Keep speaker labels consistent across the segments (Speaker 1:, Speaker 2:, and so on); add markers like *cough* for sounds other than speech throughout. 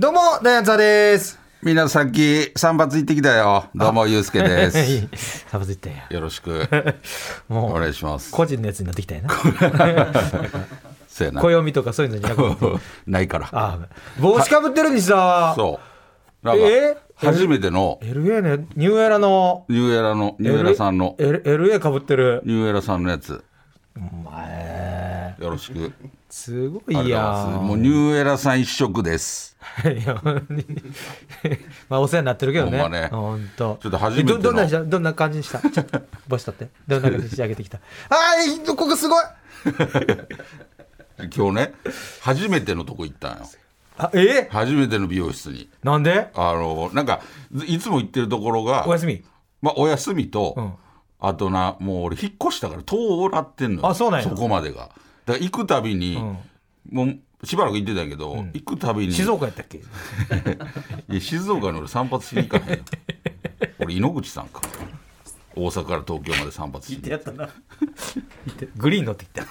Speaker 1: どうも、ダイアンツァです。
Speaker 2: みんなさっき散髪行ってきたよ。どうも、ゆうすけで
Speaker 3: い
Speaker 2: す。
Speaker 3: いサボついたよ
Speaker 2: よろしくお
Speaker 3: もう
Speaker 2: 願いします。
Speaker 3: 個人のやつになってきたよな
Speaker 2: せやな。
Speaker 3: 暦とかそういうのじゃなくて
Speaker 2: ないから。
Speaker 3: あ
Speaker 1: 帽子かぶってる西澤。
Speaker 2: そう。なんか
Speaker 3: え、
Speaker 2: 初めての
Speaker 3: あ LA のニューエラの
Speaker 2: ニューエラの、ニューエラさんの、
Speaker 3: L- LA かぶってる
Speaker 2: ニューエラさんのやつ。
Speaker 3: お前
Speaker 2: よろしく。
Speaker 3: すご
Speaker 2: あ
Speaker 3: い
Speaker 2: り
Speaker 3: や
Speaker 2: がとうございますもうんニューエラさん一色です。
Speaker 3: いやほんとに *laughs* まあお世話になってるけど
Speaker 2: ほ
Speaker 3: ね
Speaker 2: んまね
Speaker 3: 本当
Speaker 2: ちょっと初めての
Speaker 3: どどんなどんな感
Speaker 2: *laughs*
Speaker 3: じにしたちょっと帽子取ってどんな感じに仕上げてきた
Speaker 1: はい、ここすごい。
Speaker 2: 今日ね、初めてのとこ行ったんよ。
Speaker 3: あえ
Speaker 2: 初めての美容室に。
Speaker 3: なんで
Speaker 2: あの、なんか、ずいつも行ってるところが、
Speaker 3: お休み
Speaker 2: まあ、お休みと、
Speaker 3: うん
Speaker 2: あとな、もう俺、引っ越したから、遠なってんのよ。
Speaker 3: あそうなんや
Speaker 2: そこまでが。だから、行くたびに、
Speaker 3: ん
Speaker 2: もう、しばらく行ってたけど、行くたびに、
Speaker 3: 静岡やったっ
Speaker 2: *laughs*
Speaker 3: け
Speaker 2: いや静岡に俺、散髪しに行かへん
Speaker 3: *laughs*
Speaker 2: よ。俺、井ノ口さんか。大阪から東京まで散髪しに
Speaker 3: やったなグリーン乗ってきた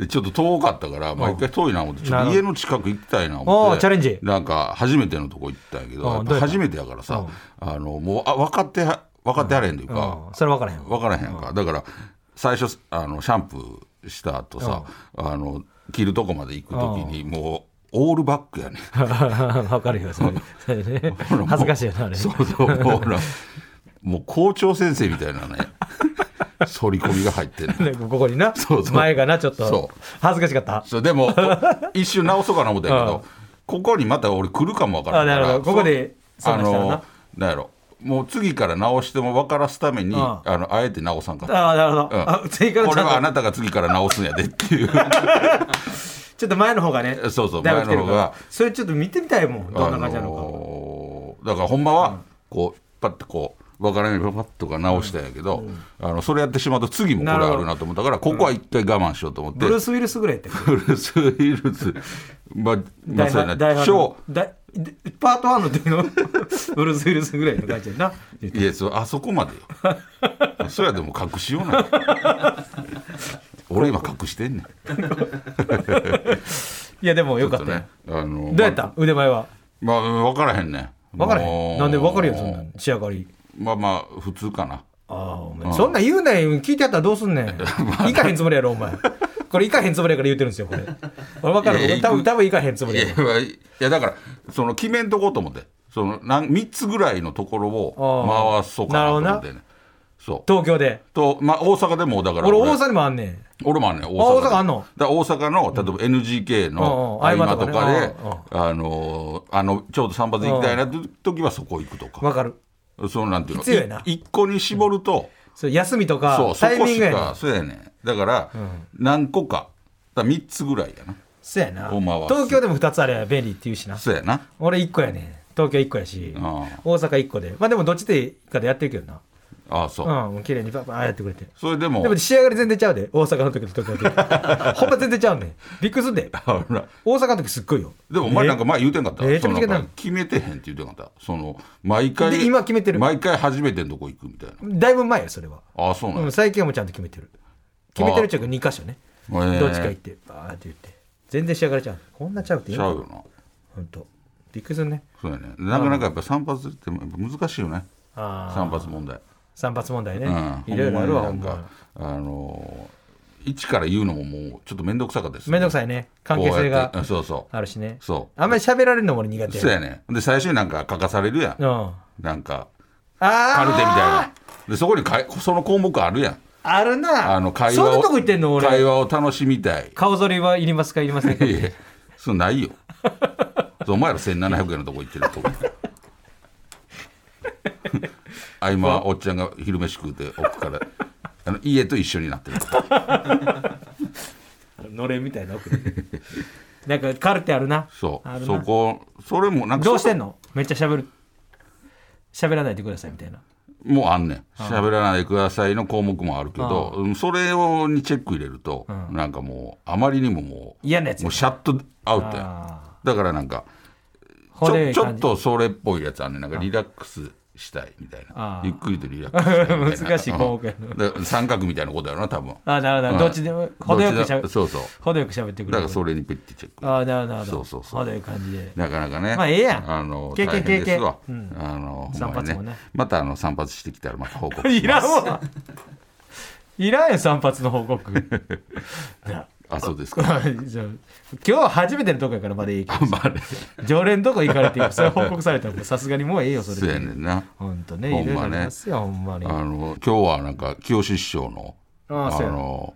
Speaker 2: でちょっと遠かったから、まあ、一回遠いな思って、ちょ
Speaker 3: な
Speaker 2: っ
Speaker 3: る
Speaker 2: と
Speaker 3: ほど
Speaker 2: 家の近く行きたいな思っ
Speaker 3: お
Speaker 2: て、
Speaker 3: ーチャレンジ
Speaker 2: なんか、初めてのとこ行ったんやけど、
Speaker 3: うん
Speaker 2: やっ
Speaker 3: どう
Speaker 2: ぱ
Speaker 3: やった
Speaker 2: 初めてやからさ、あの、もう、あ、分かっては、分かってはれへんというか、
Speaker 3: うんそれ分からへん
Speaker 2: 分からへんやんか、だから最初あのシャンプーした後さ、あの着るとこまで行く時にもうオールバックやねん
Speaker 3: わ *laughs* か
Speaker 2: *laughs*
Speaker 3: るよ、それ。それね、恥ずかしいよな、あれ。
Speaker 2: そうそう *laughs* もうほらもう校長先生みたい
Speaker 3: *laughs*
Speaker 2: なね反り込みが入ってんの
Speaker 3: ねここにな、
Speaker 2: そうそう
Speaker 3: 前がな、ちょっ
Speaker 2: そ
Speaker 3: と
Speaker 2: う、
Speaker 3: 恥ずかしかった。
Speaker 2: そうでも一瞬直そうかな思ったんやけど、ここにまた俺来るかも分からんから
Speaker 3: あなるほどここで
Speaker 2: そう
Speaker 3: そ
Speaker 2: あ
Speaker 3: んなんしたらな
Speaker 2: のなんやろもう次から直しても分からすために、
Speaker 3: ん
Speaker 2: あのあえて直さんかった
Speaker 3: ああ、なるほど。
Speaker 2: うん
Speaker 3: あ次から
Speaker 2: こ
Speaker 3: ち
Speaker 2: れはあ
Speaker 3: ゃんと、
Speaker 2: なたが次から直すんやでっていう
Speaker 3: ちょっと前の方がね、
Speaker 2: そうそう
Speaker 3: だいぶ来てる
Speaker 2: 前の
Speaker 3: から
Speaker 2: 方が
Speaker 3: それちょっと見てみたいもん、どんな感じな
Speaker 2: あ
Speaker 3: の
Speaker 2: のーだからほんまはこうパッとこう分からないようにパッとか直したんやけど、あのそれやってしまうと次もこれあるなと思ったからここは一回我慢しようと思っ
Speaker 3: か。
Speaker 2: て、
Speaker 3: ブルース・ウィルスぐらいやったっ
Speaker 2: ブルース・ウィルスまあ
Speaker 3: け
Speaker 2: まあそうやな
Speaker 3: *laughs* 大波
Speaker 2: ショ
Speaker 3: 大でパート1の時の *laughs* ブルース・ウィルスぐらいの感じやな。
Speaker 2: ーいやそうあそこまでよそやでも隠しよう
Speaker 3: *laughs*
Speaker 2: ない俺今隠してんねん
Speaker 3: いや、でもよかった
Speaker 2: ね
Speaker 3: よ。
Speaker 2: あのー
Speaker 3: どうやった腕前は。
Speaker 2: まあ、まあ、分からへんね
Speaker 3: 分から
Speaker 2: も
Speaker 3: へ。
Speaker 2: うん
Speaker 3: なんで分かるよ、そんなん。仕上がり。
Speaker 2: まあまあ普通かな
Speaker 3: ああ、お前、そんなん言うなよ。聞いてやったらどうす
Speaker 2: *laughs*
Speaker 3: んねん。行かへんつもりやろ、お前。これ行かへんつもりやから言うてるんですよ、これ。俺分かる。
Speaker 2: いやいや
Speaker 3: 俺多分、多分行かへんつも
Speaker 2: い
Speaker 3: り
Speaker 2: や
Speaker 3: や
Speaker 2: い
Speaker 3: ろ。
Speaker 2: やいやだからその決めんとこうと思ってそのなん3つぐらいのところを
Speaker 3: あー
Speaker 2: 回そうかなと思ってねそう
Speaker 3: 東京で。
Speaker 2: と、まあ、大阪でもだから
Speaker 3: 俺、大阪にもあんねん。
Speaker 2: 俺もあんねん大
Speaker 3: 大阪あんの
Speaker 2: だから大阪の例えば NGK の
Speaker 3: うん
Speaker 2: 合
Speaker 3: うん
Speaker 2: 間とかで
Speaker 3: 合間と
Speaker 2: あのーあのちょうど散髪行きたいなって時はそこ行くとか
Speaker 3: 分かる。
Speaker 2: そのなんていうの
Speaker 3: 必要やない
Speaker 2: 一個に絞ると
Speaker 3: それ休みと
Speaker 2: そ
Speaker 3: か
Speaker 2: う、そ
Speaker 3: タイ
Speaker 2: こ
Speaker 3: ミン
Speaker 2: し
Speaker 3: グやね
Speaker 2: か
Speaker 3: ん。
Speaker 2: そうやねんだから何個かだ3つぐらいやな
Speaker 3: そうやな。
Speaker 2: お前は
Speaker 3: 東京でも2つあれば便利って言うしな。
Speaker 2: そうやな
Speaker 3: 俺1個やねん。東京1個やし、
Speaker 2: うん
Speaker 3: 大阪1個で。まあでも、どっちでいいかでやってるけどな。
Speaker 2: ああそう、
Speaker 3: うん、もう綺麗にパッパーやってくれて。
Speaker 2: それでも
Speaker 3: で
Speaker 2: *laughs*
Speaker 3: も仕上がり全然ちゃうで。大阪の時と東京の時。ほんま全然ちゃうねん。びっくりすんで。
Speaker 2: あら
Speaker 3: 大阪の時すっごいよ。
Speaker 2: でもお前なんか前言うてんかった
Speaker 3: え
Speaker 2: その
Speaker 3: めちゃめちゃ
Speaker 2: なんか決めてへんって言うてんかったその毎回
Speaker 3: で今決めてる
Speaker 2: 毎回初めてのとこ行くみたいな
Speaker 3: だいぶ前よ、それは。
Speaker 2: ああそうなん
Speaker 3: う
Speaker 2: や
Speaker 3: ん、最近はもうちゃんと決めてる。決めてるっていうか2箇所ね。
Speaker 2: へー
Speaker 3: どっちか行って、バーって言って。全然仕上がれちゃう。こんなちゃうっていい
Speaker 2: ちゃう
Speaker 3: の
Speaker 2: よな
Speaker 3: ほんと。びっくりするね。
Speaker 2: そうやねなかなかやっぱ散髪って難しいよね
Speaker 3: あー
Speaker 2: 散髪問題
Speaker 3: 散髪問題ね。
Speaker 2: うん
Speaker 3: いろいろあるわ、
Speaker 2: ほ
Speaker 3: ほ
Speaker 2: ん
Speaker 3: ん
Speaker 2: まになん
Speaker 3: ま
Speaker 2: か。あのー一から言うのももうちょっと面倒くさかったです
Speaker 3: めんどく
Speaker 2: い
Speaker 3: さいね。関係性が
Speaker 2: そうそう
Speaker 3: あるしね。
Speaker 2: そう
Speaker 3: あんまり喋られるのも俺苦手。
Speaker 2: そうやねで最初になんか書かされるや
Speaker 3: うん。
Speaker 2: ん
Speaker 3: あ
Speaker 2: なんか
Speaker 3: あ。
Speaker 2: カルテみたいなでそこにかいその項目あるやん
Speaker 3: あるな。
Speaker 2: あの会
Speaker 3: そん
Speaker 2: 話
Speaker 3: な
Speaker 2: を
Speaker 3: とこ行ってんの俺。
Speaker 2: 会話を楽しみたい
Speaker 3: 顔剃りはいりますかいりませんか
Speaker 2: *laughs* いやいやそれないよそうお前ら1700円のとこ行ってるとこあ今おっちゃんが昼飯食うて奥からあの家と一緒になってる
Speaker 3: のれんみたいな奥になんかカルテあるな
Speaker 2: そう
Speaker 3: ある
Speaker 2: そ
Speaker 3: な
Speaker 2: こそれもなんか
Speaker 3: どうして
Speaker 2: ん
Speaker 3: んのめっちゃ喋る喋らないでくださいみたいな
Speaker 2: もうあんねん喋らないでくださいの項目もあるけどうんそれをにチェック入れると、なんかもうあまりにももう
Speaker 3: 嫌なやつ
Speaker 2: もうシャットアウトや
Speaker 3: あ
Speaker 2: だからなんかち
Speaker 3: 程よ
Speaker 2: ょ
Speaker 3: い
Speaker 2: ちょ
Speaker 3: 感
Speaker 2: っ
Speaker 3: じ
Speaker 2: とそれっぽいやつあんねんなんかリラックスしたいみたいな
Speaker 3: あー
Speaker 2: ゆっくりとリラックスしたいみたいな
Speaker 3: *laughs* 難しい項目やな
Speaker 2: うんで三角みたいなことやろな多分
Speaker 3: あなるほど、
Speaker 2: うん
Speaker 3: どっちでも程よくしゃ
Speaker 2: どっちだ
Speaker 3: べ
Speaker 2: そうそう
Speaker 3: 程よく喋ってくれる
Speaker 2: だからそれにペッてチェック
Speaker 3: あなるほどなるほ
Speaker 2: そ
Speaker 3: ど
Speaker 2: うそうそう
Speaker 3: 程よい感じで
Speaker 2: なかなかね。
Speaker 3: まあええやん
Speaker 2: あの、
Speaker 3: 経
Speaker 2: 経
Speaker 3: 験
Speaker 2: 験経験。
Speaker 3: 経験
Speaker 2: あの、
Speaker 3: 散
Speaker 2: ほんま
Speaker 3: 髪
Speaker 2: に
Speaker 3: もね
Speaker 2: ね。またあの、散髪してきたらまた報告
Speaker 3: *laughs* い
Speaker 2: しま
Speaker 3: らん
Speaker 2: す。
Speaker 3: わいらんよ散髪の
Speaker 2: *laughs*
Speaker 3: 報告じ *laughs* ゃ
Speaker 2: あ、そうですか。
Speaker 3: あじゃあ今日は初めてのとこやからまだいいけど
Speaker 2: まあね、
Speaker 3: 常連のとこ行かれて
Speaker 2: *laughs*
Speaker 3: それ報告されたらもうさすがにもうええよそ
Speaker 2: そうや
Speaker 3: れ
Speaker 2: ねんな。
Speaker 3: ほんとね
Speaker 2: ほ
Speaker 3: い
Speaker 2: ん
Speaker 3: ろいろ
Speaker 2: まね
Speaker 3: ありますよほんまに
Speaker 2: あの、今日はなんか、清志師匠の、
Speaker 3: ああ
Speaker 2: あ
Speaker 3: そうや
Speaker 2: の、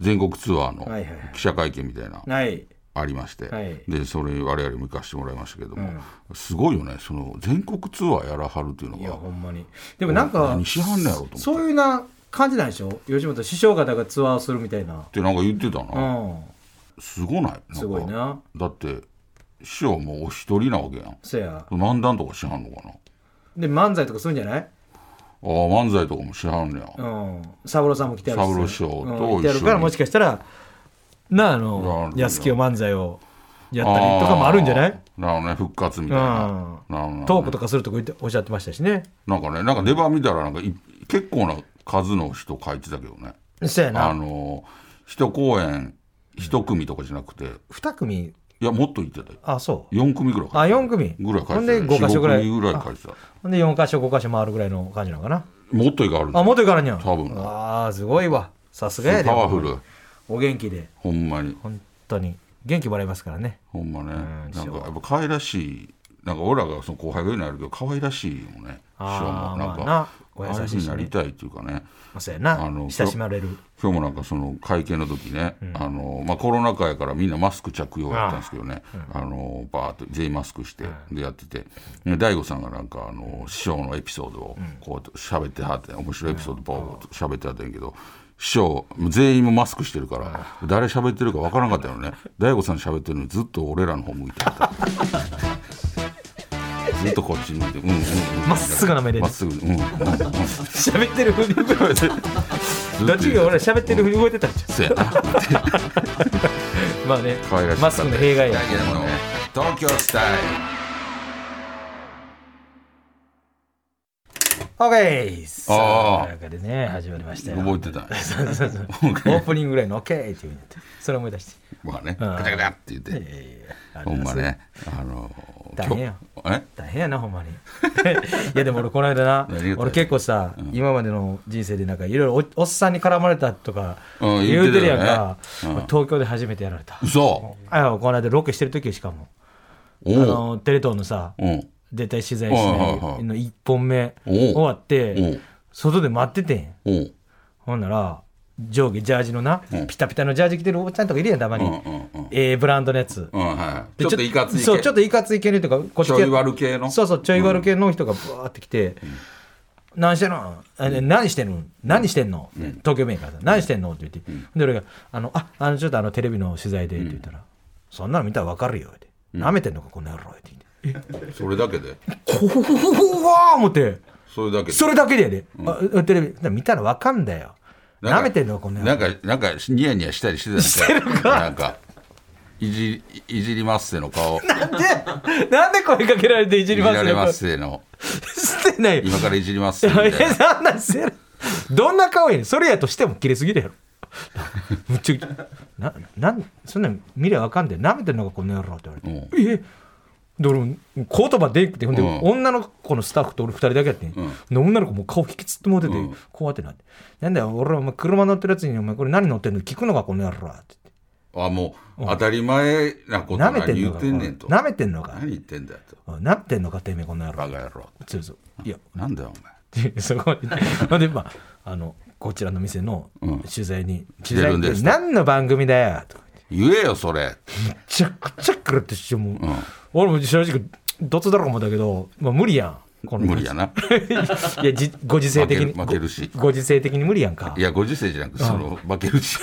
Speaker 2: 全国ツアー
Speaker 3: はいはい
Speaker 2: の記者会見みたいな、
Speaker 3: ない
Speaker 2: ありまして
Speaker 3: はい、
Speaker 2: で、それ我々も行かせてもらいましたけども、すごいよね、その、全国ツアーやらはるっていうの
Speaker 3: いや
Speaker 2: が、
Speaker 3: ほんまにでもなんか
Speaker 2: 何しはんねやろと思って
Speaker 3: そういうな感じなんでしょ吉本師匠方がツアーするみたいな
Speaker 2: ってなんか言ってた
Speaker 3: う
Speaker 2: な。
Speaker 3: ん
Speaker 2: すごないんか
Speaker 3: すごいな
Speaker 2: だって、師匠もお一人なわけやん。
Speaker 3: そや
Speaker 2: 漫談とかしはんのかな
Speaker 3: で漫才とかするんじゃない
Speaker 2: ああ漫才とかもしはんねや、
Speaker 3: うん三郎さんも来てあるし
Speaker 2: 三郎師匠と
Speaker 3: うん
Speaker 2: 一緒に
Speaker 3: 来てあるからもしかしたらなあ
Speaker 2: なる
Speaker 3: の
Speaker 2: ほど
Speaker 3: 安清漫才をやったりとかもあるんじゃない
Speaker 2: あーなるほどね復活みたいな,、なるほどね
Speaker 3: トークとかするとか言っておっしゃってましたしね
Speaker 2: なんかねなんか出番見たらなんかい結構な数の人書いてたけどね
Speaker 3: そうや
Speaker 2: あ
Speaker 3: な
Speaker 2: のー一公演一組とかじゃなくて、い
Speaker 3: 2組
Speaker 2: やもっと言ってたよ
Speaker 3: あそう
Speaker 2: 4組ぐらい書いてた
Speaker 3: あ四組
Speaker 2: ぐらい書いてた
Speaker 3: ほんで
Speaker 2: 四
Speaker 3: 五箇所ぐらい
Speaker 2: 組ぐらい書いてた
Speaker 3: ほんで4箇所5箇所回るぐらいの感じなのかな
Speaker 2: もっといがある
Speaker 3: あ元からにゃん
Speaker 2: 多分
Speaker 3: ああすごいわさすがやで
Speaker 2: パワフル
Speaker 3: お元気で
Speaker 2: ほんまに
Speaker 3: 本当に元気もらえますからね
Speaker 2: ほんまねなん
Speaker 3: ん
Speaker 2: かやっぱ可愛らしいなんか俺らがその後輩が言うのあるけど可愛らしいもんね師匠
Speaker 3: あ
Speaker 2: も
Speaker 3: ー
Speaker 2: なんか、
Speaker 3: まあなお
Speaker 2: お
Speaker 3: 優
Speaker 2: 優
Speaker 3: し
Speaker 2: し
Speaker 3: い
Speaker 2: い
Speaker 3: し
Speaker 2: に
Speaker 3: ね
Speaker 2: なりたいというかね、
Speaker 3: まあそうやな
Speaker 2: あの
Speaker 3: 親しまれる *laughs*
Speaker 2: 今日もなんかその会見の時ね、あのまあコロナ禍やからみんなマスク着用やったんですけどね、あのバーっと全員マスクしてでやってて、で大悟さんがなんかあの師匠のエピソードをこうやって喋ってはって、面白いエピソードバーッと喋ってはってんやけど。師匠全員もマスクしてるから誰喋ってるか分からなかったよね大悟さん喋ってるのにずっと俺らの方向いて
Speaker 3: *laughs*
Speaker 2: たずっとこっち向いてうんうんうん
Speaker 3: まっすぐな目で
Speaker 2: まっすぐうんうん
Speaker 3: *laughs*
Speaker 2: うん
Speaker 3: 喋ってるふりどっちが俺ら喋ってるふり動いてたんじ
Speaker 2: そうやな
Speaker 3: ゃんまあね
Speaker 2: 可愛らしい
Speaker 3: マスクの弊害や
Speaker 2: だけどもね東京スタイル
Speaker 3: OK
Speaker 2: あー
Speaker 3: さあというわけでね始まりましたよ
Speaker 2: 覚えてたんや
Speaker 3: そうそうそう *laughs* オープニングぐらいの OK って言うんやってそれ思い出して
Speaker 2: まあねガチャガチャって言って
Speaker 3: ええ
Speaker 2: ほんまねあのー
Speaker 3: 大変や
Speaker 2: 今日え
Speaker 3: 大変やなほんまに *laughs* いやでも俺この間な
Speaker 2: *laughs* 何が大変
Speaker 3: 俺結構さ、今までの人生でなんかいろいろおおっさんに絡まれたとか
Speaker 2: うん
Speaker 3: 言うてるやん
Speaker 2: 言うて
Speaker 3: か、
Speaker 2: たよねうん
Speaker 3: 俺東京で初めてやられた、
Speaker 2: 嘘
Speaker 3: あこの間ロケしてる時しかも
Speaker 2: お
Speaker 3: あ
Speaker 2: う
Speaker 3: のテレ東のさ
Speaker 2: うん
Speaker 3: 絶対取材し
Speaker 2: はい
Speaker 3: な
Speaker 2: はいはい
Speaker 3: いの1本目
Speaker 2: おう
Speaker 3: 終わ
Speaker 2: お
Speaker 3: って
Speaker 2: う
Speaker 3: 外で待っててん
Speaker 2: おう
Speaker 3: ほんなら上下ジャージのな、ピタピタのジャージ着てるおっちゃんとかいるやんたまに、
Speaker 2: うんうんうん
Speaker 3: ええブランドのやつ、
Speaker 2: うんはい
Speaker 3: で
Speaker 2: ちょっといかつい系
Speaker 3: そうちょっといかつい系のとかこっ
Speaker 2: ちょい悪系の
Speaker 3: そうそうちょい悪系の人がぶわーってきて、何してんのあ何してんの何してんの、東京メーカーさん何してんのって言って、で俺があのああのちょっとあのテレビの取材でって言ったら、そんなの見たらわかるよってなめてんのかこの野郎って言って
Speaker 2: それだけで
Speaker 3: こうわー思って
Speaker 2: それだけで
Speaker 3: それだけでやで、あテレビだから見たらわかんだよ
Speaker 2: なんか
Speaker 3: なめてんのかこの野郎
Speaker 2: なんかなんかニヤニヤしたりしてたしてるかなんかいじいじりますせの
Speaker 3: *laughs*
Speaker 2: 顔い
Speaker 3: なんでなんで声かけられていじ
Speaker 2: じ
Speaker 3: ります
Speaker 2: ら
Speaker 3: よ
Speaker 2: れますせの
Speaker 3: *laughs* してないよ
Speaker 2: 今からいじります
Speaker 3: い
Speaker 2: せみ
Speaker 3: や
Speaker 2: たい
Speaker 3: *laughs* いや
Speaker 2: な
Speaker 3: そんなんせる *laughs* どんな顔やねんそれやとしても切れすぎだやろむっちゃな *laughs* なんそんなん見りゃわかんでなめてんのかこの野郎って言われて、えで俺も言葉でくてほんで、
Speaker 2: うん
Speaker 3: 女の子のスタッフと俺2人だけやってん、で女の子もう顔引きつってもうてて、こうやってなってなんだよ俺お前車乗ってるやつにお前これ何乗ってんの聞くのかこの野郎って
Speaker 2: あもう当たり前なこと
Speaker 3: な
Speaker 2: な
Speaker 3: めて
Speaker 2: に
Speaker 3: んの
Speaker 2: 言っ
Speaker 3: か
Speaker 2: てんねんと
Speaker 3: なめてんのか
Speaker 2: 何言ってんだよと
Speaker 3: なめてんのかてめえこの野郎
Speaker 2: バカ野郎
Speaker 3: そうそういや
Speaker 2: なんだよお前
Speaker 3: でそこでほんでまああのこちらの店の取材に「取
Speaker 2: て
Speaker 3: 材
Speaker 2: る
Speaker 3: っ
Speaker 2: んで
Speaker 3: て
Speaker 2: すと
Speaker 3: 何の番組だよ」とか
Speaker 2: 言えよそれ
Speaker 3: めちゃくちゃくるってしてもう、俺も正直どつだろう思ったけど、まあ、無理やんこの
Speaker 2: 無理やない
Speaker 3: やじご時世的
Speaker 2: 負
Speaker 3: に
Speaker 2: ける負けるし
Speaker 3: ごご時世的に無理やんか
Speaker 2: いやご時世じゃなくてその負けるし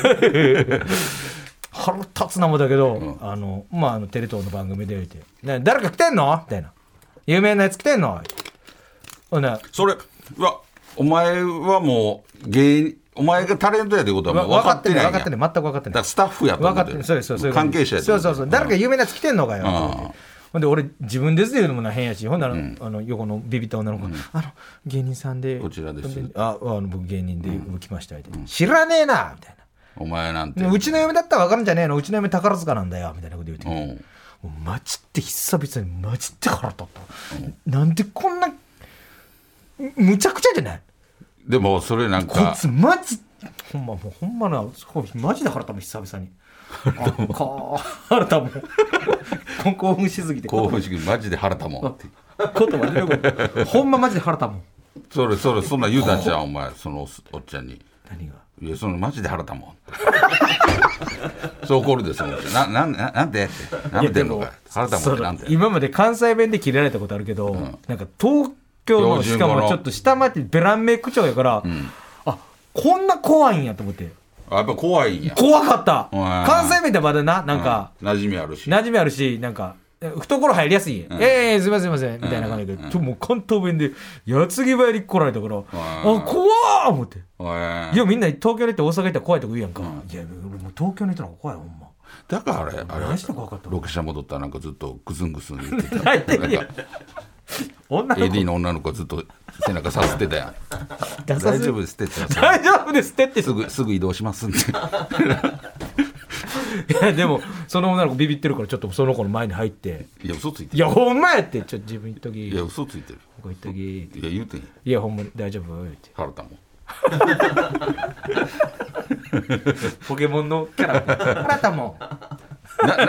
Speaker 3: 腹立つなもんだけど、あのまああのテレ東の番組で言って「ね誰か来てんの?」みたいな「有名なやつ来てんの?」ほんで
Speaker 2: それはお前はもう芸お前がタレントやということはもう分かってない
Speaker 3: 分かってないい全く分かっ
Speaker 2: だ
Speaker 3: てな
Speaker 2: から
Speaker 3: い
Speaker 2: スタッフやと思
Speaker 3: 分
Speaker 2: って
Speaker 3: かってるそうですそうです
Speaker 2: 関係者やと
Speaker 3: そ
Speaker 2: 思
Speaker 3: う
Speaker 2: って
Speaker 3: そうそう誰か有名なやつ来てんのかよ
Speaker 2: ああ
Speaker 3: ほんで俺自分ですって言うのもな変やしほんなら、あの横のビビった女の子、あの芸人さんで
Speaker 2: こちらです
Speaker 3: ああの僕芸人で来ました」みたいな知らねえな」みたい
Speaker 2: お前なんて
Speaker 3: な「うちの嫁だったら分かるんじゃねえのうちの嫁宝塚なんだよ」みたいなこと言うて、
Speaker 2: う
Speaker 3: も
Speaker 2: ん
Speaker 3: うマジって久々にマジって腹立った、なんでこんなむむちゃくちゃじゃない
Speaker 2: でもそれなん
Speaker 3: こい
Speaker 2: か
Speaker 3: つマジほんまもうほんまなそうマジで腹立も久々にあっか腹立もう興奮しすぎて
Speaker 2: 興奮式マジで腹立もんって
Speaker 3: 言葉出てこないほんまマジで腹立もん
Speaker 2: それそれそんなん言うたんちゃうお前そのおっちゃんに
Speaker 3: 何が
Speaker 2: いやそのマジで腹立もんってそう怒るでそのおっちゃんななんななんでってなめてんのか腹立もんってなん
Speaker 3: そ
Speaker 2: で
Speaker 3: の今まで関西弁で切られたことあるけど、なんか東京の
Speaker 2: 標準語の
Speaker 3: しかもちょっと下町ベランメイク長やから、あこんな怖いんやと思って
Speaker 2: あやっぱ怖いんや
Speaker 3: 怖かった
Speaker 2: うん
Speaker 3: 関西弁ってまだななんか、
Speaker 2: うん馴染みあるし
Speaker 3: 馴染みあるし、なんか、え懐入りやすい。ええすいません、すいません、みたいな感じで、ちょもう関東弁で、矢継ぎ早に来られたから、あ、怖ー思って。
Speaker 2: おい
Speaker 3: いや、みんな東京に行って大阪行ったら怖いとこ言うやんか。いや、俺もう東京の人の方が怖い、ほんま。
Speaker 2: だからあれあ
Speaker 3: 何
Speaker 2: れ
Speaker 3: して怖かったの
Speaker 2: ロケ車戻ったらなんかずっとグズングズン言ってた
Speaker 3: 泣いてるやん
Speaker 2: なんか
Speaker 3: 女の子
Speaker 2: AD の女の子ずっと背中さすってたやん
Speaker 3: ダサす
Speaker 2: 大
Speaker 3: ぎ
Speaker 2: 丈夫ですって言ってた
Speaker 3: 大丈夫ですってって。
Speaker 2: すぐすぐ移動しますんで
Speaker 3: いや、でも、その女の子ビビってるから、ちょっとその子の前に入って、
Speaker 2: いや嘘ついて
Speaker 3: い
Speaker 2: る
Speaker 3: や、ほんまやって、ちょっと自分言っとき、
Speaker 2: いや嘘ついてる
Speaker 3: ここ行っとき、
Speaker 2: いや言うてんや
Speaker 3: いや、ほんまに大丈夫って。
Speaker 2: 腹立もん
Speaker 3: ポケモンのキャ
Speaker 2: *laughs*
Speaker 3: ラ、あなたも
Speaker 2: なな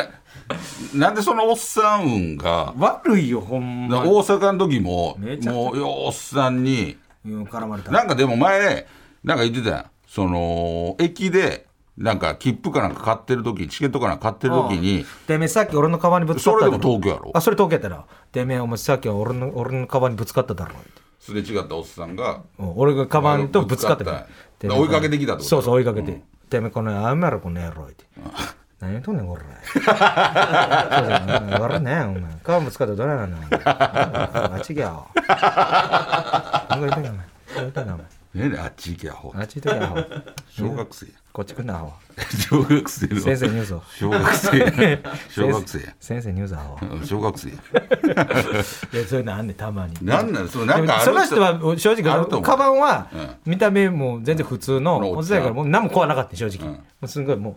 Speaker 2: なんでそのおっさん運が
Speaker 3: 悪いよ、ほん
Speaker 2: な
Speaker 3: ま。
Speaker 2: 大阪の時も
Speaker 3: めちゃくちゃ
Speaker 2: もうようおっさんに
Speaker 3: うん絡まれた。
Speaker 2: なんかでも前なんか言ってたやんその駅でなんか切符かなんか買ってる時チケットかなんか買ってる時に
Speaker 3: てめえさっき俺のカバンにぶつかっただ
Speaker 2: そ
Speaker 3: ろ
Speaker 2: れでも東京やろ
Speaker 3: あそれ東京やったらてめえお前さっき俺の俺のカバンにぶつかっただろ
Speaker 2: すれ違ったおっさんが
Speaker 3: うん俺がカバンとぶつかって
Speaker 2: ぶつかった
Speaker 3: てめ
Speaker 2: だから追いかけてきたってこと
Speaker 3: そうそう追いかけて、てめえこの野郎やろこの野郎って何言うとんねんこれ悪いねんお前カバンぶつかったらどれなんだあっち行けよどこ行っとけお前どこ行っとけお前
Speaker 2: ねえねえあっち行けアホ
Speaker 3: あっち行っとけアホ
Speaker 2: 小学生や *laughs*
Speaker 3: こっち来んなアホ
Speaker 2: 小学生の
Speaker 3: 先生ニュースを
Speaker 2: 小学生
Speaker 3: *laughs*
Speaker 2: や小学生や
Speaker 3: 先生ニュースア
Speaker 2: *laughs*
Speaker 3: ホ
Speaker 2: うん小学生や
Speaker 3: いやそういうのあんねんたまに
Speaker 2: なんなのそのなんかあ
Speaker 3: その
Speaker 2: る
Speaker 3: 人は正
Speaker 2: あると
Speaker 3: 直
Speaker 2: 思う
Speaker 3: カバンは
Speaker 2: う
Speaker 3: 見た目も全然普通の
Speaker 2: うん
Speaker 3: おじさんやからもう何も怖なかった正直、
Speaker 2: うん
Speaker 3: もうすごいもう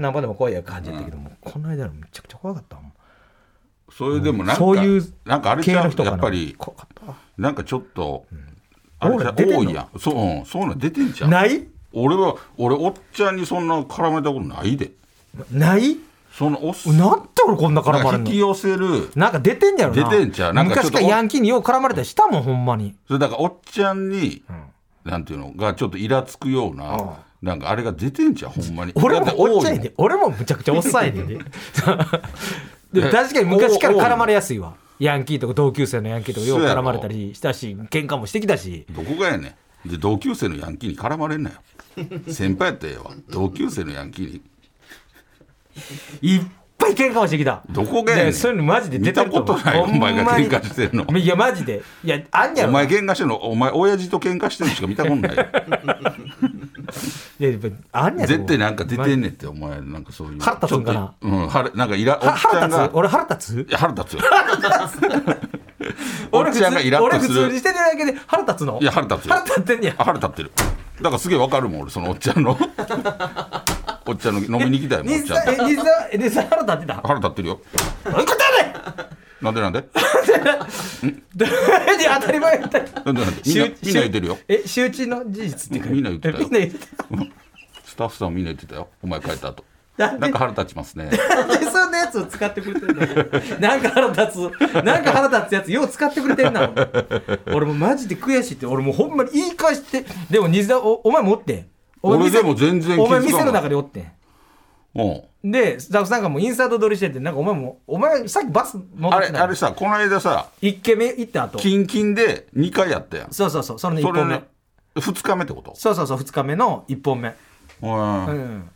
Speaker 3: 何番でも怖いや感じやったけど、もうこの間のめちゃくちゃ怖かったもん
Speaker 2: それでもなんか
Speaker 3: そういう
Speaker 2: なんかあれち
Speaker 3: 系
Speaker 2: ゃ
Speaker 3: の
Speaker 2: う
Speaker 3: 人かな
Speaker 2: やっぱり
Speaker 3: 怖かっ
Speaker 2: なんかちょっと、あれ
Speaker 3: オー
Speaker 2: ちゃ
Speaker 3: ラ
Speaker 2: う
Speaker 3: 出てんの
Speaker 2: 多いやんそう、うん、そうなん出てんじ
Speaker 3: た
Speaker 2: ゃん
Speaker 3: ない
Speaker 2: 俺は俺おっちゃんにそんな絡めたことないで
Speaker 3: ない
Speaker 2: そのおっさん
Speaker 3: なんで俺こんな絡まれ
Speaker 2: なんん
Speaker 3: の
Speaker 2: か引き寄せる
Speaker 3: なんか出てんじゃろな
Speaker 2: 出てんちゃうなんかちょ
Speaker 3: 昔
Speaker 2: っと
Speaker 3: からヤンキーによう絡まれたりしたもんほんまに
Speaker 2: それだからおっちゃんに、なんていうのがちょっとイラつくような、なんかあれが出てんじゃんほんまに
Speaker 3: 俺
Speaker 2: だ
Speaker 3: も
Speaker 2: て多い
Speaker 3: おっちゃんやで俺もむちゃくちゃおっさん
Speaker 2: *laughs*
Speaker 3: やででも確かに昔から絡まれやすいわヤンキーとか同級生のヤンキーとかよう絡まれたりしたし喧嘩もしてきたし
Speaker 2: どこがやねんで同級生のヤンキーに絡まれんなよ先輩やったらええわ同級生のヤンキーに
Speaker 3: いっぱい喧嘩をしてきた。
Speaker 2: どこがやねん
Speaker 3: でそういうのマジで
Speaker 2: 見
Speaker 3: 出て
Speaker 2: た
Speaker 3: ると
Speaker 2: こ
Speaker 3: 思う
Speaker 2: とないお前が喧嘩し
Speaker 3: る
Speaker 2: てるの
Speaker 3: いや、マジで。いや、あんや
Speaker 2: お
Speaker 3: ろ。
Speaker 2: 前喧嘩してるのお前親父と喧嘩してるのしか見たことないよ
Speaker 3: いや、やっぱあんやろ。
Speaker 2: 絶対なんか出てんねんってお前なんかそういう
Speaker 3: 腹立つんかな
Speaker 2: ちょっとうん腹なんかイラ
Speaker 3: は
Speaker 2: お
Speaker 3: 腹
Speaker 2: っちゃ
Speaker 3: 立
Speaker 2: ん
Speaker 3: つ
Speaker 2: が
Speaker 3: 俺腹立
Speaker 2: いや腹立つよお
Speaker 3: *laughs* 俺
Speaker 2: っ
Speaker 3: 普
Speaker 2: ちゃんがイ
Speaker 3: 通
Speaker 2: ラッ
Speaker 3: 俺
Speaker 2: と
Speaker 3: 普
Speaker 2: す
Speaker 3: 通に
Speaker 2: る
Speaker 3: してるだけで腹立つの
Speaker 2: いや腹立つよ
Speaker 3: 腹立ってんねや
Speaker 2: あ腹立ってるだからすげえわかるもん俺そのおっちゃ
Speaker 3: *laughs*
Speaker 2: んのおっちゃんの飲みに行きたいもんおっ
Speaker 3: 西
Speaker 2: ちゃん
Speaker 3: さん
Speaker 2: と
Speaker 3: え西さんえ西さん腹立ってた
Speaker 2: 腹立ってるよ
Speaker 3: どういうことやねん
Speaker 2: なんでなんで
Speaker 3: どういう *laughs* 当たり前みたい
Speaker 2: な
Speaker 3: な
Speaker 2: んで
Speaker 3: *laughs*
Speaker 2: なんでみんな
Speaker 3: 周
Speaker 2: みんな言ってるよ
Speaker 3: え周知の事実っていうか
Speaker 2: みんな言ってたよ
Speaker 3: みんな言ってた
Speaker 2: スタッフさんみんな言ってたよお前帰った後
Speaker 3: な
Speaker 2: なんん
Speaker 3: で
Speaker 2: か腹立ちますね
Speaker 3: なんでそんなやつを使ってくれてんのなんか腹立つなんか腹立つやつよう使ってくれてんな俺もマジで悔しいって俺もうほんまに言い返してでも西田おお前もおってんお前
Speaker 2: 俺
Speaker 3: 店
Speaker 2: でも全然気づかん
Speaker 3: お前店の中でおってん
Speaker 2: うん
Speaker 3: でスタッフさんがもうインサート撮りしててなんかお前もお前さっきバス乗
Speaker 2: あ
Speaker 3: っ
Speaker 2: れ
Speaker 3: てた
Speaker 2: あ
Speaker 3: の
Speaker 2: れさこの間さ
Speaker 3: 一軒目行った後
Speaker 2: キンキンで2回やったやん
Speaker 3: そうそうそうその一
Speaker 2: それ
Speaker 3: 本目
Speaker 2: ね2日目ってこと
Speaker 3: そうそうそう二日目の一本目
Speaker 2: うん
Speaker 3: うん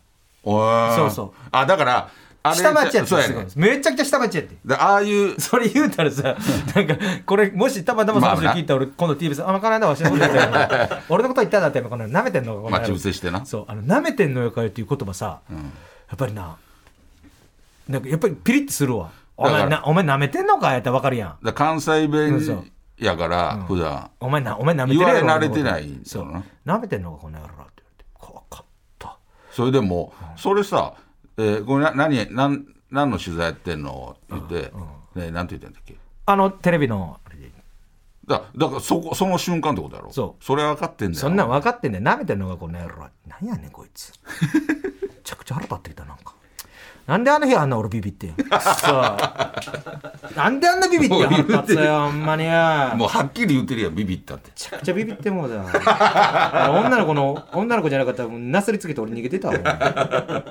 Speaker 2: そ
Speaker 3: そうそう
Speaker 2: あだからあれ
Speaker 3: 下町やった
Speaker 2: そう
Speaker 3: ら
Speaker 2: や
Speaker 3: すごい
Speaker 2: ね
Speaker 3: ですめちゃくちゃ下町やって
Speaker 2: だああいう
Speaker 3: *laughs* それ言うたらさ、なんか、これ、もしたまたま
Speaker 2: まあ
Speaker 3: その人聞いたら、俺、今度 TBS、あ、まかないだわしのこと言ったよ
Speaker 2: *laughs*
Speaker 3: 俺のこと言ったんだって、この舐めてんのか、この野郎
Speaker 2: 待ち伏せしてな
Speaker 3: そう、あの、舐めてんのよかよっていう言葉さ、やっぱりな、なんか、やっぱりピリッてするわ。お
Speaker 2: だか
Speaker 3: 前
Speaker 2: ら
Speaker 3: な、お前舐めてんのかやったらわかるやん。
Speaker 2: だ関西
Speaker 3: そ
Speaker 2: 弁
Speaker 3: う
Speaker 2: やから普段
Speaker 3: お前な、お前舐めてるやろ
Speaker 2: 言われ慣れてない
Speaker 3: 俺のこと
Speaker 2: そうな
Speaker 3: そう。舐めてんのか、この野郎って言われて。怖かった。
Speaker 2: それでもそれさえーこれな何何何の取材やってんの言ってねなんて言ってんだっけ
Speaker 3: あの、テレビの、あれで
Speaker 2: だだからそこその瞬間ってことやろ
Speaker 3: そう
Speaker 2: れは分かってんだよ
Speaker 3: そんなん分かってんねん舐めてんのがこの野郎なんやねんこいつめちゃくちゃ腹立ってきたなんかなんであの日あんな俺ビビってんさあなんであんなビビってん
Speaker 2: もう言うて
Speaker 3: 腹立つよほんまにやめ
Speaker 2: もうはっきり言ってるやんビビったって
Speaker 3: ちゃくちゃビビってもうだよ女の子の女の子じゃなかったらもうなすりつけて俺逃げてたわほんまに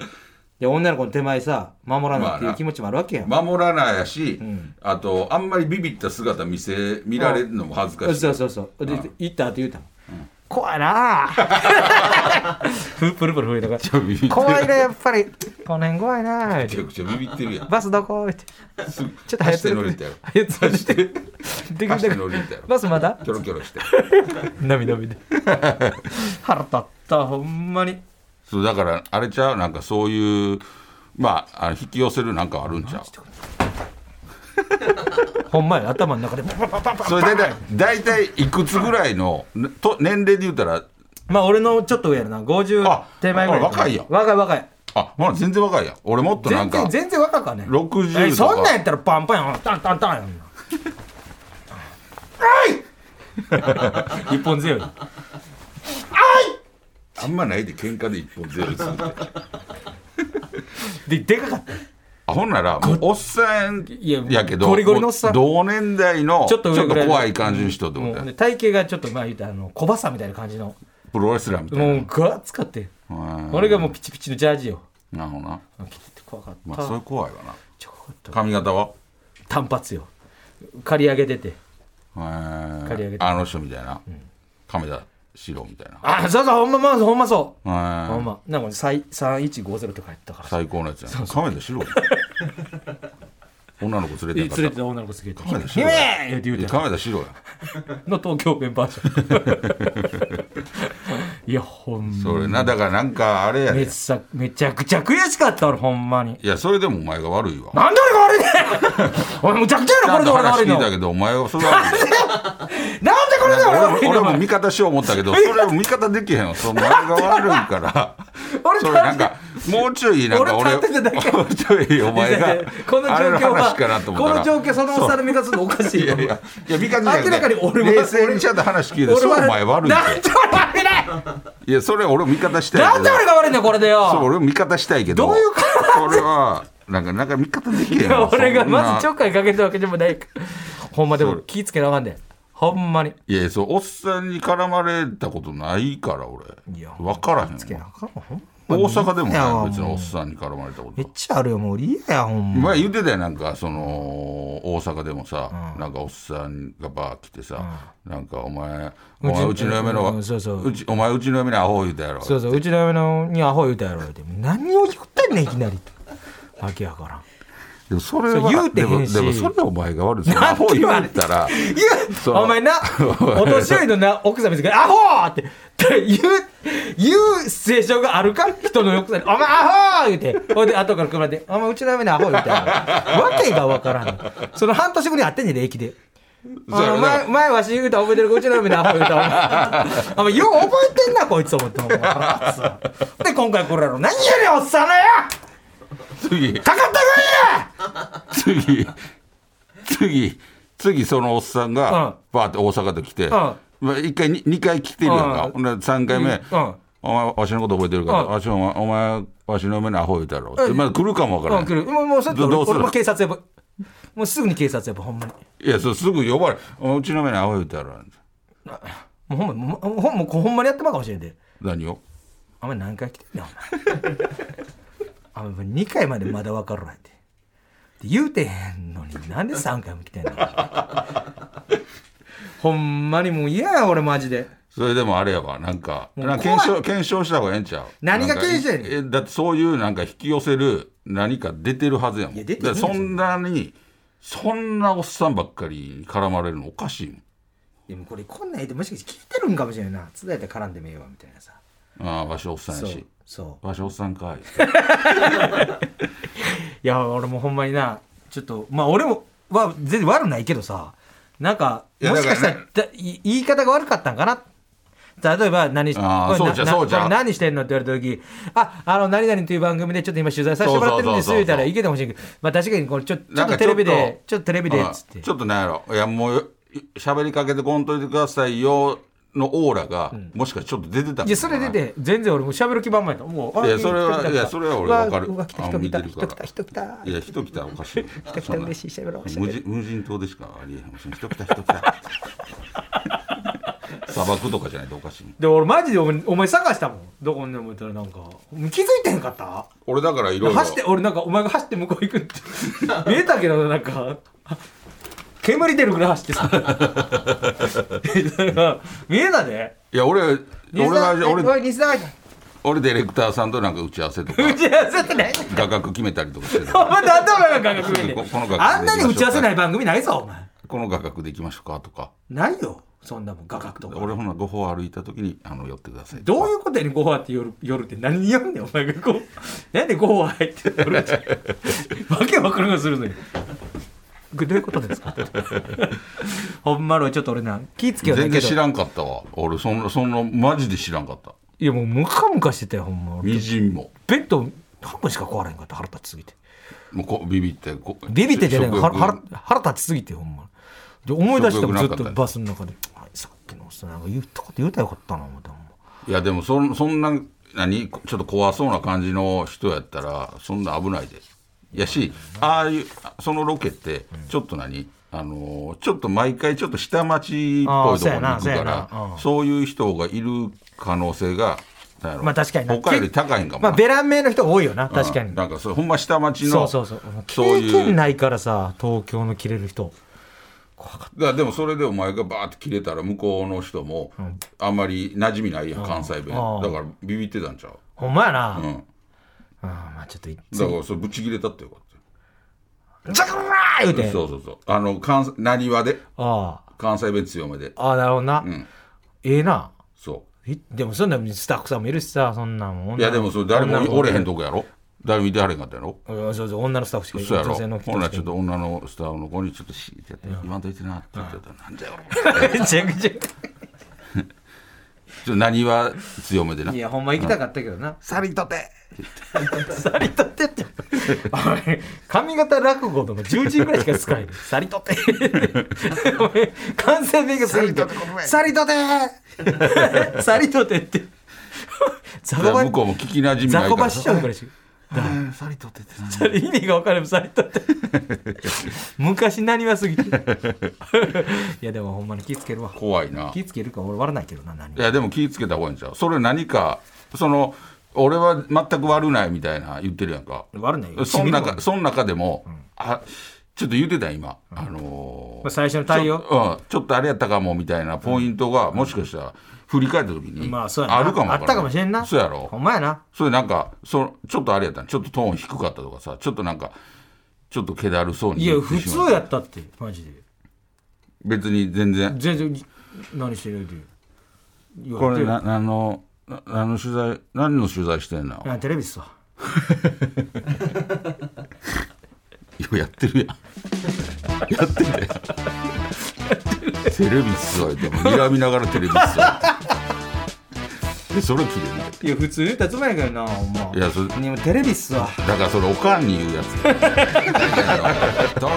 Speaker 3: で女の子の手前さ守らないっていう気持ちもあるわけやん、
Speaker 2: 守らないやし、あとあんまりビビった姿見せ見られるのも恥ずかしい
Speaker 3: そうそうそうで行った後言うたもん怖いなあ *laughs* ふプルプル震えたから
Speaker 2: ちょ *laughs* ビビってる
Speaker 3: 怖いねやっぱりこの辺怖いなあ
Speaker 2: めちゃくちゃビビってる
Speaker 3: *laughs*
Speaker 2: やん
Speaker 3: バスどこって
Speaker 2: すぐ
Speaker 3: ちょっと早
Speaker 2: 走
Speaker 3: く
Speaker 2: って乗りたよ
Speaker 3: 早く
Speaker 2: 走って
Speaker 3: で
Speaker 2: 走って乗りたよ
Speaker 3: バスまだ
Speaker 2: キョロキョロして
Speaker 3: 涙みで腹立ったほんまに
Speaker 2: そうだからあれちゃうなんかそういうまああ引き寄せるなんかあるんちゃう
Speaker 3: ほんまや頭の中でパパパパパ
Speaker 2: それ大体大体いくつぐらいのと年齢で言うたら
Speaker 3: まあ俺のちょっと上やな50
Speaker 2: あ
Speaker 3: 手前ぐらい
Speaker 2: あ若いやん
Speaker 3: 若い若い
Speaker 2: あまだ全然若いやん俺もっとなん
Speaker 3: 全
Speaker 2: か
Speaker 3: 然全然若かね
Speaker 2: 60とか
Speaker 3: えそんなんやったらパンパンやんタンタンタンやんな一本強い
Speaker 2: あんまないで喧嘩で一本ゼロするって
Speaker 3: ででかかった
Speaker 2: あほんならもうおっさん
Speaker 3: いや
Speaker 2: やけど
Speaker 3: ゴリゴリのおっさん
Speaker 2: もう同年代のち
Speaker 3: ち
Speaker 2: ょ
Speaker 3: ょ
Speaker 2: っ
Speaker 3: っ
Speaker 2: と
Speaker 3: と上ぐらいの
Speaker 2: 怖い感じの人ってこと
Speaker 3: も
Speaker 2: や
Speaker 3: うね体型がちょっとまあ言うたらあの小バサみたいな感じの
Speaker 2: プロレスラーみたいな
Speaker 3: もうガッツかって
Speaker 2: うん
Speaker 3: 俺がもうピチピチのジャージよ
Speaker 2: なるほどな
Speaker 3: 着てて怖かった、
Speaker 2: まあそれ怖いわな
Speaker 3: ちょこっと
Speaker 2: 髪型は
Speaker 3: 単発よ借り上げてて
Speaker 2: へー
Speaker 3: 刈り上げて
Speaker 2: あの人みたいな亀田史郎みたいな
Speaker 3: あそうそうほんままあほんまそう、
Speaker 2: へー
Speaker 3: ほんまなんか3150とかやったからさ
Speaker 2: 最高のやつやん亀田史郎
Speaker 3: *laughs*
Speaker 2: 女の子連れ
Speaker 3: 連
Speaker 2: てんか
Speaker 3: れ
Speaker 2: って
Speaker 3: た女の子すげえて「
Speaker 2: 亀田
Speaker 3: 姫!」
Speaker 2: 史
Speaker 3: 言
Speaker 2: 郎
Speaker 3: うて言うて
Speaker 2: た亀田史郎や
Speaker 3: の東京弁バージ
Speaker 2: *laughs*
Speaker 3: ョンいやほんま
Speaker 2: それなだからなんかあれやね
Speaker 3: めっさめちゃくちゃ悔しかった俺ほんまに
Speaker 2: いやそれでもお前が悪いわ
Speaker 3: なんで俺が悪いね
Speaker 2: *laughs*
Speaker 3: ん俺むちゃくちゃやろこれで俺が
Speaker 2: 話
Speaker 3: 悪
Speaker 2: 聞
Speaker 3: いの
Speaker 2: い
Speaker 3: な
Speaker 2: た
Speaker 3: んで
Speaker 2: けどお前はそれは悪いわ
Speaker 3: これで *laughs* 俺が悪い
Speaker 2: 俺
Speaker 3: の
Speaker 2: も俺も味方しよう思ったけ
Speaker 3: *laughs*
Speaker 2: どそれは味方できへんわそのお前が悪いから
Speaker 3: 俺
Speaker 2: それなんかもうちょいなんか俺
Speaker 3: 俺立ってただけ
Speaker 2: *laughs* もうちょいお前が
Speaker 3: この状
Speaker 2: あれの
Speaker 3: 況
Speaker 2: 話かな
Speaker 3: は
Speaker 2: と思
Speaker 3: こ
Speaker 2: った
Speaker 3: の
Speaker 2: ら
Speaker 3: 状況そのおっさんの目がするのおかしい
Speaker 2: い
Speaker 3: よ
Speaker 2: やいや、いや、見方じゃなくて
Speaker 3: 明らかに俺も
Speaker 2: 冷静にちゃんと話聞いて、そうお前悪いん
Speaker 3: な
Speaker 2: だ
Speaker 3: ん
Speaker 2: よ
Speaker 3: で俺悪いね
Speaker 2: いや、それ俺も味方したいけど。
Speaker 3: なんで俺が悪いんだよこれで
Speaker 2: そう、
Speaker 3: よ
Speaker 2: 俺も味方したいけど。
Speaker 3: どういうこ
Speaker 2: それは、なんか、なんか味方できへん
Speaker 3: いや
Speaker 2: わ。
Speaker 3: 俺が
Speaker 2: そんな
Speaker 3: まずちょっかいかけたわけでもないからほんまで
Speaker 2: そ
Speaker 3: も
Speaker 2: う
Speaker 3: 気ぃつけなあかんでほんまに
Speaker 2: いや、そう、おっさんに絡まれたことないから、俺。
Speaker 3: いや
Speaker 2: 分からへん
Speaker 3: つけな
Speaker 2: わ。
Speaker 3: あかんわほん
Speaker 2: 大阪でも
Speaker 3: いやも
Speaker 2: な
Speaker 3: う
Speaker 2: い、別におっさんに絡まれたこ
Speaker 3: めっ
Speaker 2: と。
Speaker 3: ちゃあるよもう嫌やほんま
Speaker 2: 前言ってたやんなんかその大阪でもさ、なんかおっさんがバー来てさ、なんかお前お前う
Speaker 3: う
Speaker 2: ち
Speaker 3: ち
Speaker 2: の嫁の
Speaker 3: うんそうそう
Speaker 2: うちお前うちの嫁にアホ言うたやろ
Speaker 3: そうそううちの嫁のにアホ言うたやろって何を言ってんねんいきなり *laughs* わけやから
Speaker 2: でもそれ
Speaker 3: そ
Speaker 2: は
Speaker 3: う言うてへんし
Speaker 2: でもでもそれはお前が悪いその
Speaker 3: な
Speaker 2: ア
Speaker 3: んて
Speaker 2: ホ
Speaker 3: 言
Speaker 2: 言
Speaker 3: わ
Speaker 2: っ
Speaker 3: れ
Speaker 2: たら
Speaker 3: 言
Speaker 2: そう
Speaker 3: うお前なお年寄りのな奥さん見つけて「アホー!」ってって言う言う聖書があるか人の奥さんに「お前アホー!」言うてほいで後から車で「お前うちの嫁にアホー」言うてわけがわからんその半年後に会ってんねんで駅で。
Speaker 2: そうやろ
Speaker 3: あの前前わし言うた覚えてるかうちの嫁にアホ言うたお前お前よう覚えてんなこいつ思ってお前で今回これやろ何やねんおっさんのや
Speaker 2: 次
Speaker 3: かかってこ
Speaker 2: 次次次そのおっさん
Speaker 3: うん
Speaker 2: がバーって大阪で来て、まあ、一回に二回来てるやんか、
Speaker 3: うん
Speaker 2: ほんなら三回目、
Speaker 3: うん
Speaker 2: お前わしのこと覚えてるから、
Speaker 3: うん
Speaker 2: わしお前お前わしの嫁にアホ言うたやろって、まだ来るかもわか
Speaker 3: いや
Speaker 2: ら
Speaker 3: う
Speaker 2: なんい、
Speaker 3: 来るもうもうそれと俺
Speaker 2: どうする
Speaker 3: 俺も警察呼ぶもうすぐに警察呼ぶほんまに
Speaker 2: いやそうすぐ呼ばれお前うちの嫁にアホ言うたやろ
Speaker 3: もうほんまもうほんまほんまにやってまうかもしれんで。
Speaker 2: 何を
Speaker 3: お前何回来てんねん、 *laughs* お前。お前2回までまだ分かるわって。で言うてへんのになんで3回も来てんのほんまにもう嫌や俺マジで。
Speaker 2: それでもあれやわなんかなんか検証検証した方がええんちゃう
Speaker 1: 何が
Speaker 2: なんか
Speaker 1: 検証やねん
Speaker 2: えだってそういうなんか引き寄せる何か出てるはずやもん
Speaker 1: いや出てるんです
Speaker 2: だからそんなにそんなおっさんばっかりに絡まれるのおかしいもん
Speaker 1: でもこれこんなんでもしかして聞いてるんかもしれんないな津田やったら絡んでもええわみたいなさ
Speaker 2: ああわしおっさんや
Speaker 1: そう
Speaker 2: し
Speaker 1: そ
Speaker 2: わしおっさんかい
Speaker 3: いや俺もほんまになちょっとまあ俺もは全然悪ないけどさなんか
Speaker 2: いや
Speaker 3: もしかしたら
Speaker 2: だか
Speaker 3: だい言い方が悪かったんかな例えば何し
Speaker 2: あー
Speaker 3: これ
Speaker 2: そう
Speaker 3: な
Speaker 2: じゃ
Speaker 3: な
Speaker 2: そうじゃ
Speaker 3: これ何してんのって言われた時「ああの何々という番組でちょっと今取材させてもらってるんです」
Speaker 2: そうそうそうそう
Speaker 3: 言ったらいけてほしいけど、まあ、確かにこれちょちょ
Speaker 2: な
Speaker 3: っ
Speaker 2: ん
Speaker 3: と
Speaker 2: か
Speaker 3: テレビでち
Speaker 2: ち
Speaker 3: ょっとテレビでっつって
Speaker 2: あちょっとなんやろいやもうよ喋りかけてこんといてくださいよのオーラが、もしかしてちょっと出てたんかない
Speaker 3: やそれでで全然俺もう喋る気満々やったもうあ
Speaker 2: いやそれは
Speaker 3: 来た来た来た
Speaker 2: いやそれは俺
Speaker 3: うわ
Speaker 2: わかる
Speaker 3: うわ来た
Speaker 2: あ
Speaker 3: 人来た
Speaker 2: 見てるから
Speaker 3: 人来た人来た
Speaker 2: いや人来たらおか
Speaker 3: *laughs*
Speaker 2: しい人
Speaker 3: 来た嬉しい喋ろう喋ろう
Speaker 2: 無人無人島でしかありえへんし人来た人来
Speaker 3: *laughs*
Speaker 2: た砂漠とかじゃないとおかしいもん
Speaker 3: で俺マジでお前お前探したもんどこにでもいたらなんか気づいてへんかった
Speaker 2: 俺だからいろいろ
Speaker 3: 走って俺なんかお前が走って向こう行くって見えたけどなんか煙出るぐらい走ってさなんか見えたで
Speaker 2: いや俺俺が
Speaker 3: おい
Speaker 2: 俺
Speaker 3: 西田が
Speaker 2: 俺ディレクターさんとなんか打ち合わせ
Speaker 3: *laughs*
Speaker 2: とか
Speaker 3: 打ち合わせってない
Speaker 2: 画角決めたりとかして
Speaker 3: お
Speaker 2: た
Speaker 3: 前何でお前が感覚見て
Speaker 2: ここの学校で
Speaker 3: あんなに打ち合わせない番組ないぞお前
Speaker 2: この画角で行きましょうかとか
Speaker 3: ないよそんなもん画角とか
Speaker 2: 俺ほな5歩歩いた時にあの寄ってください
Speaker 3: どういうことやねんご飯って夜夜って何にやんねんお前がこうなんでご飯入って夜ってわけわからんことするのにこれどういうことで
Speaker 2: *laughs*
Speaker 3: すかほんまのちょっと俺な気付けよう
Speaker 2: 全
Speaker 3: だけ
Speaker 2: 然
Speaker 3: ど
Speaker 2: 知らんかったわ俺そんなそんなマジで知らんかった
Speaker 3: いやもうムカムカしてたよほんま俺
Speaker 2: みじんも
Speaker 3: ベッド半分しか壊れへんかった腹立ちすぎて
Speaker 2: もうこうビビってこ
Speaker 3: ビビっててね
Speaker 2: 食欲
Speaker 3: 腹腹腹立ちすぎてほんまで思い出してもずっ
Speaker 2: 食欲なか
Speaker 3: と
Speaker 2: った
Speaker 3: バスの中であ「さっきのおっさんなんか言ったこと言うたらよかったな」思ってほんま
Speaker 2: いやでもそんそんな何ちょっと怖そうな感じの人やったらそんな危ないでやしああいうそのロケってちょっと何、あのーちょっと毎回ちょっと下町っぽいところに行く
Speaker 3: あーそうや
Speaker 2: か
Speaker 3: な
Speaker 2: ら
Speaker 3: そうやなうん
Speaker 2: そういう人がいる可能性がなんやろ
Speaker 3: まあ確かにな
Speaker 2: 他より高いんかも
Speaker 3: ま
Speaker 2: な、
Speaker 3: あベラン名の人が多いよな確かに
Speaker 2: うんなんかそれほんま下町
Speaker 3: そ
Speaker 2: の
Speaker 3: うそうそう
Speaker 2: そう
Speaker 3: 経
Speaker 2: いう
Speaker 3: 験ないからさ東京の切れる人
Speaker 2: だからでもそれでお前がバーって切れたら向こうの人もあんまり馴染みないやん関西弁だ
Speaker 3: あー
Speaker 2: からビビってたんちゃう
Speaker 3: ほんまやな、
Speaker 2: うん
Speaker 3: あーまあちょっとい
Speaker 2: だからそれぶち切れたってよかった
Speaker 3: ザクラー言うて
Speaker 2: そうそうそうあの関なにわで
Speaker 3: あ
Speaker 2: 関西弁強めで
Speaker 3: あああなるほどな、
Speaker 2: ん
Speaker 3: ええな
Speaker 2: そ
Speaker 3: えでもそんなスタッフさんもいるしさそんなんもん
Speaker 2: ういやでもそれ誰
Speaker 3: 女の
Speaker 2: も
Speaker 3: 子
Speaker 2: おれへんとこやろ誰もいてはれへんかったやろ
Speaker 3: うんそうそう女のスタッフしかい
Speaker 2: そうやろ
Speaker 3: 女性の人し
Speaker 2: ほ
Speaker 3: か
Speaker 2: ないちょっと女のスターの子にちょっとシーってやって言わんといてなって言ってたらなんだよ
Speaker 3: *laughs* めちゃくち
Speaker 2: ちょっとなにわ強めでな
Speaker 3: ゃいやほんま行きたかったけどな
Speaker 2: さりとて
Speaker 3: さりとってっておい髪型落語とか10時ぐらいしか使えないさりと
Speaker 2: *laughs*
Speaker 3: てお前関西弁がすぎてさりと
Speaker 2: *laughs*
Speaker 3: てさりとてってザコバ
Speaker 2: 向こうも聞き馴染みな
Speaker 3: ザ
Speaker 2: い
Speaker 3: コ
Speaker 2: から
Speaker 3: バ師匠ぐらいしか
Speaker 2: うんさりとてってなんだよ
Speaker 3: それ意味が分かればされたって昔なにわ
Speaker 2: *laughs*
Speaker 3: すぎていやでもほんまに気ぃつけるわ
Speaker 2: 怖いな
Speaker 3: 気ぃつけるか俺割らないけどな何
Speaker 2: いやでも気ぃつけた方がいいんちゃうそれ何かその俺は全く悪ないみたいな言ってるやんか
Speaker 3: 割らないよ
Speaker 2: そん
Speaker 3: 染みる
Speaker 2: 中
Speaker 3: わ
Speaker 2: そん中でも、あちょっと言ってた今、あのー
Speaker 3: まあ最初の対応
Speaker 2: ちょ,、うん、ちょっとあれやったかもみたいなポイントが、もしかしたら振り返った時に、
Speaker 3: まあそうやな
Speaker 2: あるかもわら
Speaker 3: あったかもしれんな
Speaker 2: そうや
Speaker 3: ほ
Speaker 2: ろ
Speaker 3: んまやな
Speaker 2: それなんかそちょっとあれやったのちょっとトーン低かったとかさちょっとなんかちょっと気だるそうに
Speaker 3: いや
Speaker 2: 言って
Speaker 3: 普
Speaker 2: しま
Speaker 3: 通やったってマジで
Speaker 2: 別に全然
Speaker 3: 全然何してるって言
Speaker 2: こ
Speaker 3: わ
Speaker 2: れ
Speaker 3: て
Speaker 2: なあのなあの取材何の取材してんの
Speaker 3: あテレビっすわ
Speaker 2: いややってる
Speaker 3: *laughs*
Speaker 2: やんやってるやんテレビっすわ言っても睨みながらテレビっすわ
Speaker 3: *laughs*
Speaker 2: でそれ切れる
Speaker 3: いや普通言うたつもりやけどなほんま
Speaker 2: いやそれ
Speaker 3: でもテレビっすわ
Speaker 2: だからそれおかんに言う
Speaker 3: *laughs*
Speaker 2: やつ東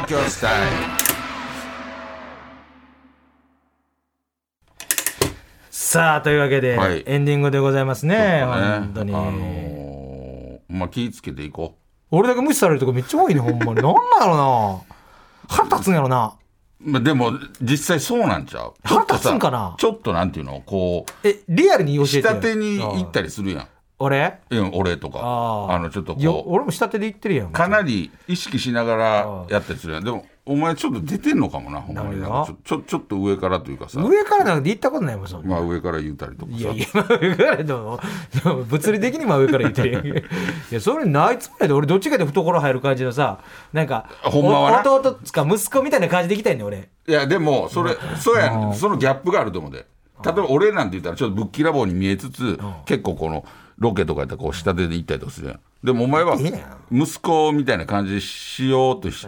Speaker 2: 京スタイ
Speaker 3: さあというわけで、
Speaker 2: はい
Speaker 3: エンディングでございますね
Speaker 2: ル
Speaker 3: 本当に、
Speaker 2: あのーまあ気ぃつけていこ
Speaker 3: 俺だけ無視されるとこめっちゃ多いねほんまになんなんやろな腹立つんやろな
Speaker 2: う、まあ、でも実際そうなんちゃうちょっと
Speaker 3: 腹立つ
Speaker 2: さ
Speaker 3: んかな
Speaker 2: ちょっとなんていうのこう
Speaker 3: えリアルに教えて
Speaker 2: 仕
Speaker 3: よ
Speaker 2: 立てに行ったりするやん
Speaker 3: 俺
Speaker 2: うん俺とか
Speaker 3: あー
Speaker 2: あのちょっと
Speaker 3: よ
Speaker 2: こう
Speaker 3: 俺も下手で言ってるやん
Speaker 2: かなり意識しながらやったりするやんでもお前ちょっと出てんのかもなほんまになんかちょちょちょっと上からというかさ
Speaker 3: 上からなんて言ったことないもんそんな
Speaker 2: まあ上から言うたりとかさ
Speaker 3: いやいや、まあ上からでも、でも物理的に真上から言って
Speaker 2: *laughs*
Speaker 3: るやんいや、それないつもりやで、俺どっちかで懐入る感じのさ、なんか、
Speaker 2: ほんまはな
Speaker 3: お弟つか息子みたいな感じで行きたいねん俺。
Speaker 2: いやでもそれそうやんそのギャップがあると思うで例えば俺なんて言ったらちょっとぶっきらぼうに見えつつ結構このロケとかやったらこう下手で行ったりとかするやんでもお前はい
Speaker 3: いな
Speaker 2: 息子みたいな感じしようとし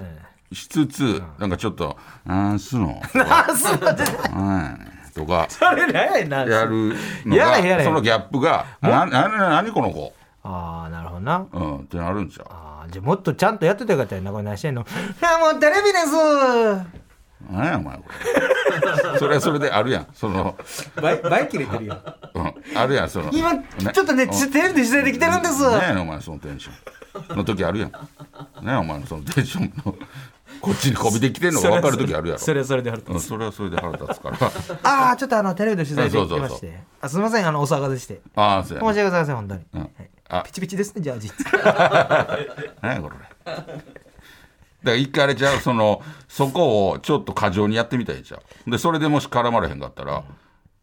Speaker 2: しつつなんかちょっと「なんすの?」とか
Speaker 3: あ、 *laughs* そうだ、
Speaker 2: うんとか
Speaker 3: それなんやな。
Speaker 2: やるの
Speaker 3: やらへんやら
Speaker 2: が
Speaker 3: へん
Speaker 2: そのギャップが「ななな何この子?
Speaker 3: ああ、なるほどな」。
Speaker 2: うんってなるんじゃう
Speaker 3: あーじゃあもっとちゃんとやってたよかったよな、これ何してんの。あもうテレビです
Speaker 2: 何やお前これ *laughs* それはそれであるやんその、
Speaker 3: バイバイ切れてるよ。
Speaker 2: うん、あるやんその
Speaker 3: 今、ちょっとね、
Speaker 2: うん
Speaker 3: ちテレビで取材できてるんです。
Speaker 2: 何やねんお前そのテンションの時あるやん何やお前のそのテンションのこっちにこびてきてんのが分かる時あるやろ
Speaker 3: それはそれであると
Speaker 2: うん、それはそれで腹立つから
Speaker 3: ああ、ちょっとあの、テレビで取材できてま
Speaker 2: そう
Speaker 3: し
Speaker 2: そう
Speaker 3: て。あすみません、あの、お騒がせして。
Speaker 2: ああそうや
Speaker 3: 申し
Speaker 2: な、
Speaker 3: 訳ございません、本当に。
Speaker 2: うん、あ
Speaker 3: ピチピチですね、ジャージ。
Speaker 2: 何やこれだから一回あれちゃうそのそこをちょっと過剰にやってみたいじゃうでそれでもし絡まれへんかったら、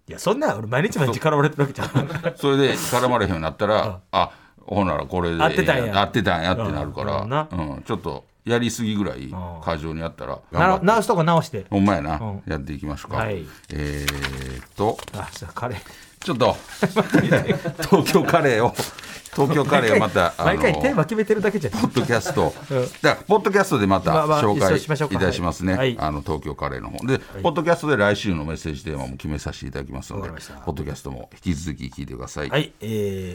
Speaker 3: いや、そんな、俺、毎日毎日絡まれてるわけじゃん。
Speaker 2: それで絡まれへんようになったら、あほんならこれで
Speaker 3: 合ってたんや
Speaker 2: 合ってたんやってなるから、
Speaker 3: うんな
Speaker 2: うんちょっとやりすぎぐらい過剰にやったら頑張
Speaker 3: な
Speaker 2: って
Speaker 3: 直すとこ直して。
Speaker 2: ほんまやな、
Speaker 3: うん
Speaker 2: やっていきましょうか、
Speaker 3: はい
Speaker 2: えー、っと
Speaker 3: あ、そう、カレー。
Speaker 2: ちょっと東京カレーを東京カレーをまた
Speaker 3: 毎回
Speaker 2: あの
Speaker 3: テーマ決めてるだけじゃん。
Speaker 2: ポッドキャスト、
Speaker 3: うん
Speaker 2: だからポッドキャストでまた
Speaker 3: まあまあ
Speaker 2: 紹
Speaker 3: 一緒にしましょう
Speaker 2: 介
Speaker 3: か
Speaker 2: いたしますね、
Speaker 3: はい
Speaker 2: あの東京カレーの方で、ポッドキャストで来週のメッセージテーマも決めさせていただきますので
Speaker 3: わかりました
Speaker 2: ポッドキャストも引き続き聞いてください、
Speaker 3: はい、え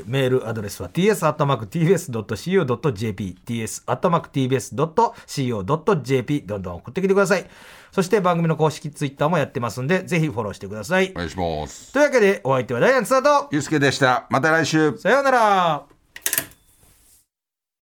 Speaker 3: ー、メールアドレスは ts.tbs.co.jp ts.tbs.co.jp どんどん送ってきてください。そして番組の公式ツイッターもやってますんで、ぜひフォローしてください。
Speaker 2: お願いします
Speaker 3: というわけで、お相手はダイアンツだと、
Speaker 2: ゆうすけでしたまた来週
Speaker 3: さようなら。